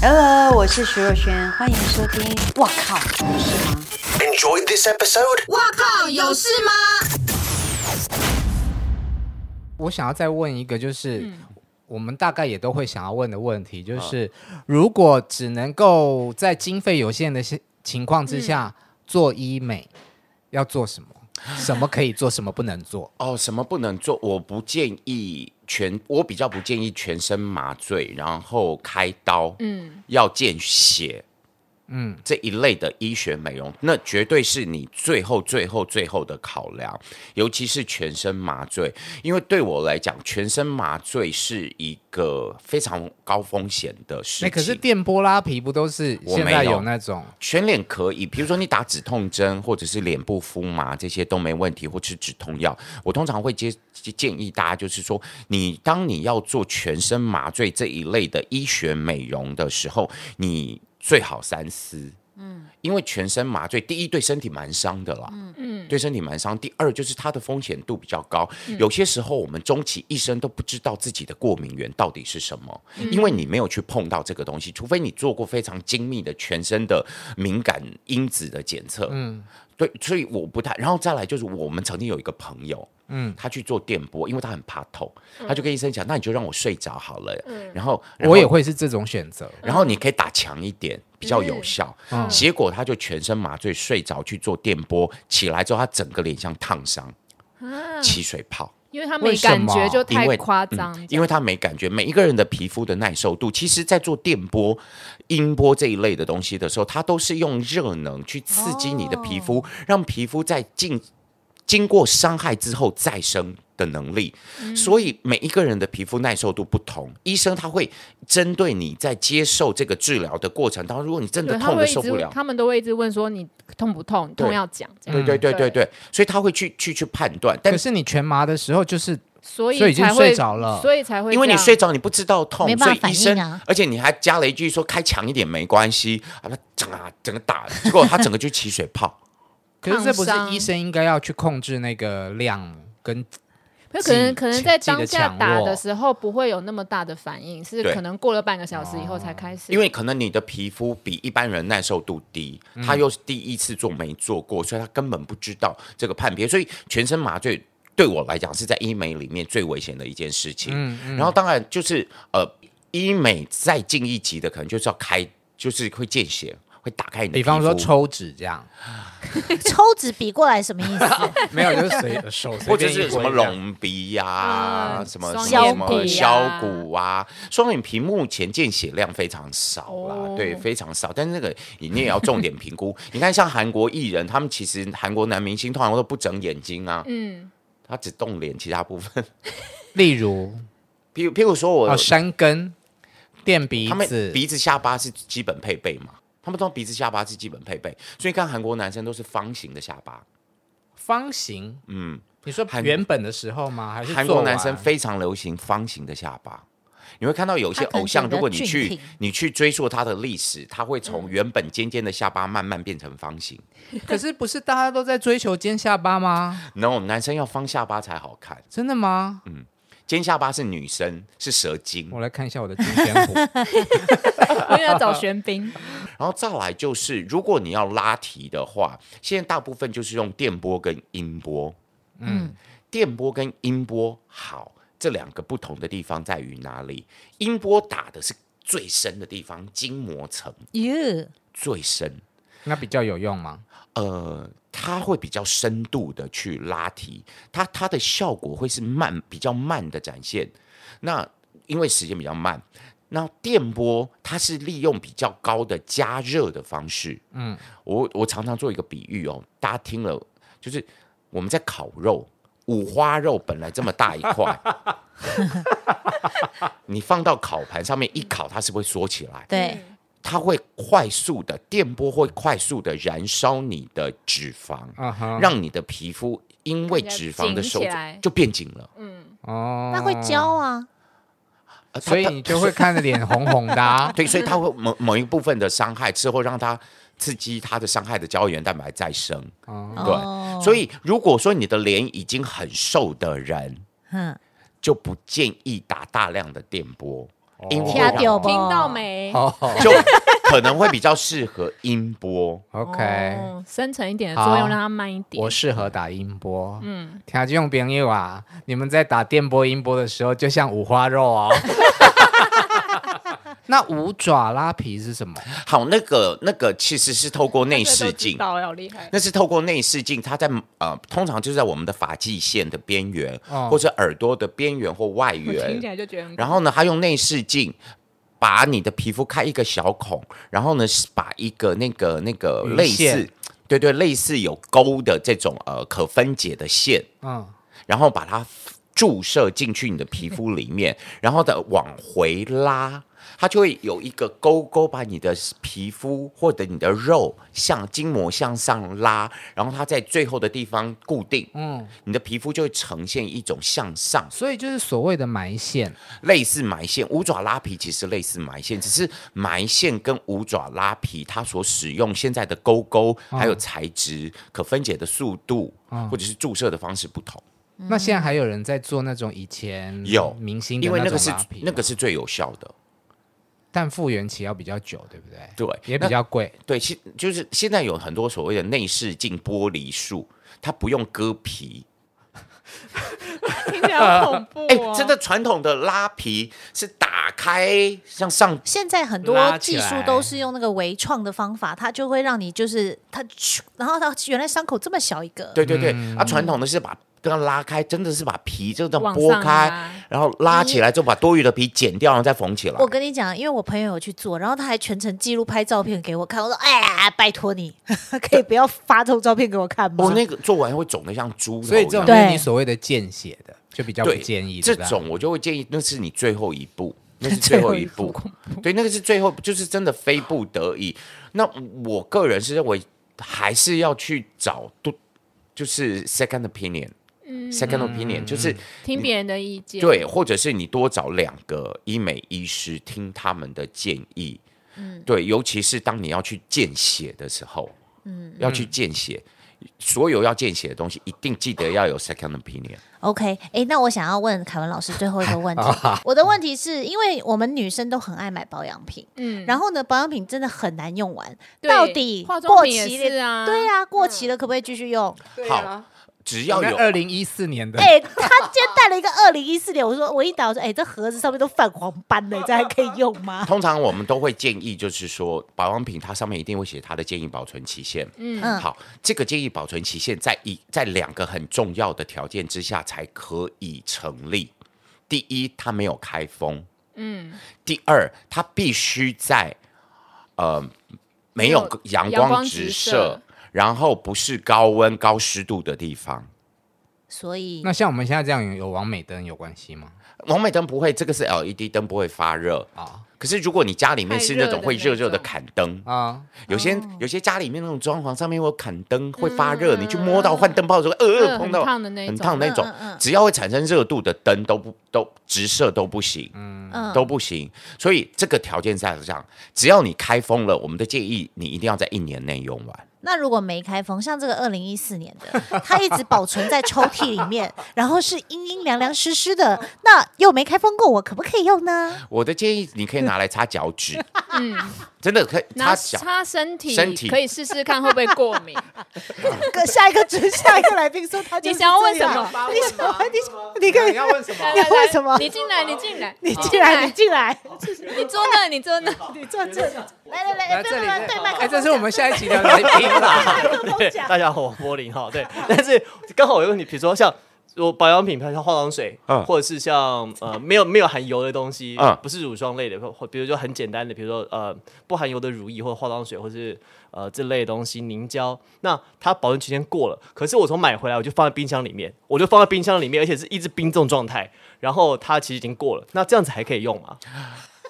Hello，我是徐若瑄，欢迎收听。哇靠，有事吗？ Enjoyed this episode? 哇靠，有事吗？我想要再问一个，就是、嗯我们大概也都会想要问的问题，啊就是、如果只能够在经费有限的情情况之下、嗯做医美，要做什么？什么可以做，什么不能 做？哦，什么不能做？我不建议全，我比较不建议全身麻醉，然后开刀，嗯，要见血，嗯，这一类的医学美容，那绝对是你最后、最后、最后的考量，尤其是全身麻醉，因为对我来讲，全身麻醉是一个非常高风险的事哎、情。可是电波拉皮不都是我现没在有有那种？全脸可以，比如说你打止痛针或者是脸部敷麻这些都没问题，或吃止痛药。我通常会接建议大家，就是说你当你要做全身麻醉这一类的医学美容的时候，你最好三思。嗯，因为全身麻醉，第一对身体蛮伤的啦，嗯嗯，对身体蛮伤。第二就是它的风险度比较高，有些时候我们终其一生都不知道自己的过敏源到底是什么，因为你没有去碰到这个东西，除非你做过非常精密的全身的敏感因子的检测，嗯，对，所以我不太。然后再来就是我们曾经有一个朋友，嗯，他去做电波，因为他很怕痛，他就跟医生讲，那你就让我睡着好了，然后然后我也会是这种选择。然后你可以打强一点，比较有效。结果他就全身麻醉睡着去做电波，起来之后他整个脸像烫伤，起水泡。因为他为没什感么觉就因太为夸张嗯，因为他没感觉。每一个人的皮肤的耐受度，其实，在做电波、音波这一类的东西的时候，它都是用热能去刺激你的皮哦肤，让皮肤在进经过伤害之后再生的能力。嗯所以每一个人的皮肤耐受度不同，医生他会针对你在接受这个治疗的过程当中，如果你真的对，他痛的会一受不直了，他们都会一直问说你痛不痛，你痛嗯对要讲这样，对对对对对对，所以他会去去去判断，但可是你全麻的时候，就是所以所以已经才会睡着了所以才会因为这你样睡着，你不知道痛，没办所法以医反生，应啊而且你还加了一句说开强一点没关系，啊，他整啊整个打， 结果他整个就起水 泡，可是这不是烫伤医生应该要去控制那个量跟那可能记可能在记得当下强打弱的时候不会有那么大的反应，是哦对可能过了半个小时以后才开始。因为可能你的皮肤比一般人耐受度低，他又是第一次做没做过，所以他根本不知道这个判别，所以全身麻醉。对我来讲是在医美里面最危险的一件事情。嗯然后当然就是呃，医美再进一级的可能就是要开，就是会见血，会打开你的皮比肤。方说抽脂这样， 抽纸比过来什么意思？ 没有就是 随手，或者是什么龙。隆鼻呀、嗯什么双什么眼什么皮啊削骨啊，双眼皮目前见血量非常少啦，哦对，非常少。但是那个你也要重点评估。你看，像韩国艺人，他们其实韩国男明星通常都不整眼睛啊，嗯，他只动脸，其他部分。例如譬如譬如说我，哦，山根、垫鼻他们子，鼻子、下巴是基本配备嘛，他们通常鼻子、下巴是基本配备，所以看韩国男生都是方形的下巴，方形。嗯。你说韩原本的时候吗？还是韩做国完男生非常流行方形的下巴，你会看到有些他可能偶像，比较如果你俊嗯去挺你去追溯他的历史，他会从原本尖尖的下巴慢慢变成方形。可是不是大家都在追求尖下巴吗？然后男生要方下巴才好看，真的吗？嗯尖下巴是女生是蛇精。我来看一下我的金钱 虎。 我也要找玄彬，然后再来就是，如果你要拉提的话，现在大部分就是用电波跟音波。嗯，电波跟音波好，这两个不同的地方在于哪里？音波打的是最深的地方，筋膜层哟，最深。那比较有用吗？呃，它会比较深度的去拉提，它它的效果会是慢，比较慢的展现。那因为时间比较慢，那电波它是利用比较高的加热的方式。嗯，我我常常做一个比喻哦，大家听了就是我们在烤肉，五花肉本来这么大一块。你放到烤盘上面一烤，它是不是会缩起来？对，它会快速的电波会快速的燃烧你的脂肪，啊哈，让你的皮肤因为看起来脂肪的紧收起缩来嗯就变紧了。哦，那会，焦啊，呃它所以它。你就会看着脸红红的、啊 对，所以它会某某一部分的伤害之后，让它刺激它的伤害的胶原蛋白再生。哦对，哦所以如果说你的脸已经很瘦的人，嗯，就不建议打大量的电波。音波听到感不？听到？没哦就可能会比较适合音波。 ，OK，哦深层一点的作好用，让它慢一点我。适合打音波。嗯，听众朋友啊，你们在打电波、音波的时候，就像五花肉哦。那五爪拉皮是什么？好，那个那个其实是透过内视镜，到要厉害。那是透过内视镜，它在呃，通常就在我们的发际线的边缘，哦或者耳朵的边缘或外我听起缘。来就觉得很，然后呢，它用内视镜把你的皮肤开一个小孔，然后呢，是把一个那个那个鱼类似线，对对，类似有沟的这种呃可分解的线，嗯，然后把它注射进去你的皮肤里面，然后的往回拉，它就会有一个勾勾把你的皮肤或者你的肉向筋膜向上拉，然后它在最后的地方固定，嗯，你的皮肤就会呈现一种向上，所以就是所谓的埋线。类似埋线。五爪拉皮其实类似埋线，只是埋线跟五爪拉皮它所使用现在的勾勾还有材质、可分解的速度或者是注射的方式不同。那现在还有人在做那种以前有明星的因为那种个是拉皮吗，那个是最有效的，但复原期要比较久，对不对？对也比较贵。对，现就是现在有很多所谓的内视镜玻璃术，它不用割皮，听起来好恐怖 哎、哦。真的传统的拉皮是打开像上现在很多拉技起术来都是用那个微创的方法，它就会让你就是它，咻然后它原来伤口这么小一个，对对对，嗯啊，传统的是把跟它拉开，真的是把皮就这样往剥上开拉，然后拉起来，就把多余的皮剪掉，然后再缝起来我。跟你讲，因为我朋友有去做，然后他还全程记录拍照片给我看。我说：“哎呀，拜托你， 可以不要发这种照片给我看吗？”我、那个做完会肿得像猪头一样，所以这种就对是你所谓的见血的，就比较不对建议。这对吧种，我就会建议那是你最后一 步，那是最后一步。对，那个是最后，就是真的非不得已。那我个人是认为还是要去找多，就是 second opinion。Second opinion 就是嗯听别人的意见，，嗯对，或者是你多找两个医美医师听他们的建议。对，尤其是当你要去见血的时候，嗯，要去见血，所有要见血的东西一定记得要有 second opinion。 OK，哎，那我想要问凯文老师最后一个问题。我的问题是因为我们女生都很爱买保养品，嗯，然后呢，保养品真的很难用完，对到底化过妆品也期了？是啊，对呀、过期了可不可以继续用？好，只我要那有二零一四年的，哎、他今天带了一个二零一四年，我说我一打我说，哎、这盒子上面都泛黄斑了，这还可以用吗？通常我们都会建议，就是说保养品它上面一定会写它的建议保存期限。嗯， 嗯好，这个建议保存期限在一在两个很重要的条件之下才可以成立。第一，它没有开封；嗯，第二，它必须在呃没有没有阳阳光光直直射射，然后不是高温高湿度的地方。所以那像我们现在这样有有往美灯有关系吗？王美灯不会，这个是 LED 灯不会发热。啊可是如果你家里面是那种会热热的太砍灯，啊，有些、哦有些家里面那种装潢上面会有砍灯，会发热，你去摸到换灯泡的时候，呃，嗯碰到很烫的那一种很烫那种嗯嗯嗯只要会产生热度的灯都不都直射都不行，嗯都不行。所以这个条件下上，只要你开封了，我们的建议你一定要在一年内用完。那如果没开封，像这个二零一四年的，它一直保存在抽屉里面，然后是阴阴凉凉湿湿的，那又没开封过，我可不可以用呢？我的建议你可以拿来擦脚 趾，嗯，真的可以擦拿脚。擦身体，身体可以试试看会不会过 敏。个下一个主下一个来宾说他就你是想要问这什样么？你想问你想你可以你要问 什么？来来你问什么你进来，你进来，你进来，你进来， 你坐那，你坐 那。你坐这，哎来来来，来对这对里，对，对麦克哎，风这是我们下一期的来宾 啦。对，大家好，我柏林哈。对，但是刚好有问题，比如说像我保养品，像化妆水，嗯或者是像呃没有没有含油的东西，嗯不是乳霜类的，或或比如说很简单的，比如说呃不含油的乳液或者化妆水，或是呃这类的东西凝胶，那它保存期间过了，可是我从买回来我就放在冰箱里面，我就放在冰箱里面，而且是一直冰冻状态，然后它其实已经过了，那这样子还可以用吗？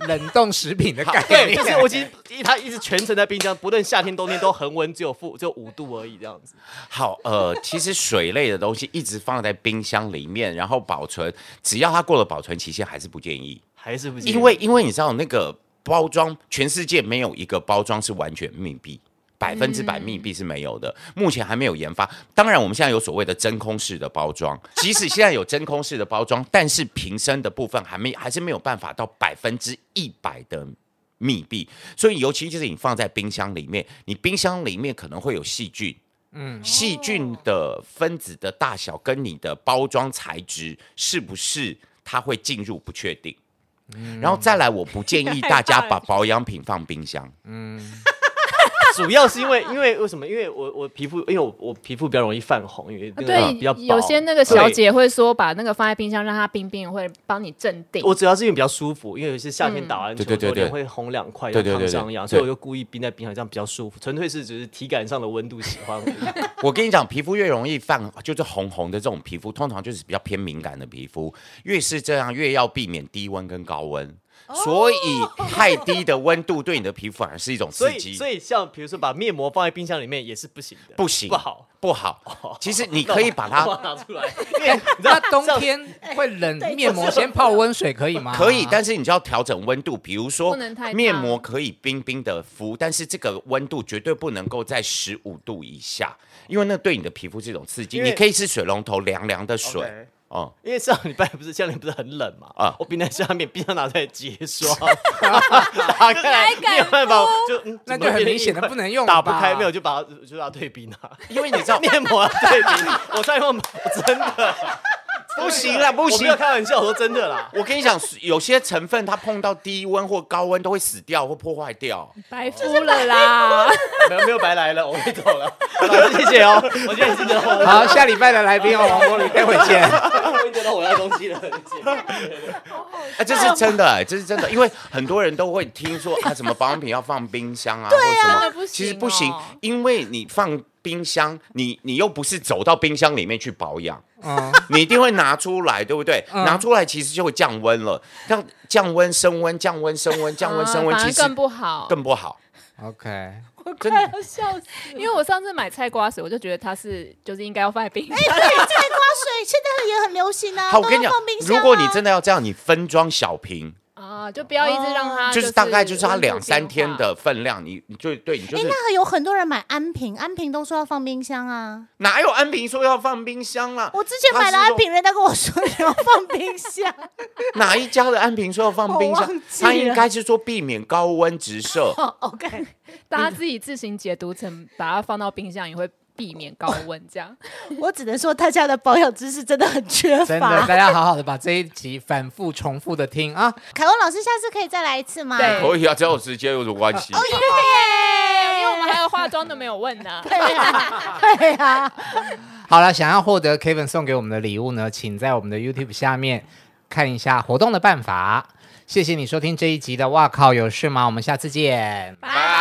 冷冻食品的概对， 念，就是我已经它一直全程在冰箱，不论夏天冬天都恒温，只有负只有五度而已这样子。好，呃，其实水类的东西一直放在冰箱里面，然后保存，只要它过了保存期限，还是不建议。还是不行，因为因为你知道那个包装，全世界没有一个包装是完全密闭，百分之百密闭是没有的，目前还没有研发。当然，我们现在有所谓的真空式的包装，即使现在有真空式的包装，但是瓶身的部分还没还是没有办法到百分之一百的密闭，所以尤其就是你放在冰箱里面，你冰箱里面可能会有细菌。嗯，细菌的分子的大小跟你的包装材质是不是它会进入不确定，嗯然后再来，我不建议大家把保养品放冰箱。 主要是因为，因为为什么？因为我我皮肤，因为我我皮肤比较容易泛红，因为那个啊对比较，薄有些那个小对姐会说，把那个放在冰箱，让它冰冰，会帮你镇定。我主要是因为比较舒服，因为有些夏嗯天打完球对对之后对对脸会红两块，对像对对烫对伤一样，对所以我就故意冰在冰箱，这样比较舒服。纯粹是只是体感上的温度喜欢 而已。我跟你讲，皮肤越容易泛，就是红红的这种皮肤，通常就是比较偏敏感的皮肤，越是这样，越要避免低温跟高温。哦所以太低的温度对你的皮肤反而是一种所刺以激，所以像比如说把面膜放在冰箱里面也是不行的，不行不好，不哦好。其实你可以把 我它拿 出来，因为你知道那冬这样天会冷，面膜先泡温水可以吗？可以，但是你就要调整温度，比如说啊不能太烫面膜可以冰冰的敷，但是这个温度绝对不能够在十五度以下，因为那对你的皮肤是一种刺激。因为你可以是水龙头凉凉的水 OK 哦。因为上礼拜不是下面不是很冷嘛，啊啊，我冰在下面，冰箱拿出来结 霜，打开来没有办法，就嗯那就怎么很变明显的硬块不能用打了不吧开，没有就把它就把它退冰啊，因为你知道， 面膜退冰，我上一 我真的不行啦，不我没行有，开玩笑，我说真的 啦，我跟你讲，有些成分它碰到低温或高温都会死掉或破坏 掉。白敷了 啦，没有没有白来了，我会走了，好了，谢谢哦，我觉得你真的 我好，下礼拜的来宾哦，王柏林，待会见。 我已经得 到我要的东西了，谢谢哎，这是真的、哎，这是真的，因为很多人都会听说啊，什么保养品要放冰箱啊，对啊或真什的么，不其实行不行哦，因为你放冰箱，你你又不是走到冰箱里面去保养。嗯，你一定会拿出来，对不对？嗯拿出来其实就会降温了，像降温、升温、降温、升温、降温、升温，啊其反而实更不好。更不好。 OK，真的，因为我上次买菜瓜水，我就觉得它是就是应该要放在冰 箱。哎对，菜瓜水现在也很流行啊，好，我跟你都要讲放冰，箱如啊果你真的要这样，你分装小瓶， 啊，就不要一直让它、就是是大概就是它温度两三变天化。的分量，你你就对你就哎、是那有很多人买安瓶，安瓶都说要放冰箱啊。哪有安瓶说要放冰箱啦？我之前买了它是安瓶，人家跟我说你要放 冰箱，说哪一家的安瓶说要放冰我箱忘？记了它应该是说避免高温直射。哦大家自己自行解读成把它放到冰箱，也会避免高温这 样。我只能说大家的保养知识真的很缺真的，乏。大家好好的把这一集反复重复的听啊。凯文老师，下次可以再来一次 吗？对可以啊，只要有时间有什么关系？因为我们还有化妆都没有问呢、对啊，对啊，好了，想要获得 Kevin 送给我们的礼物呢，请在我们的 YouTube 下面看一下活动的办法。谢谢你收听这一集的，哇靠，有事吗？我们下次见。拜拜。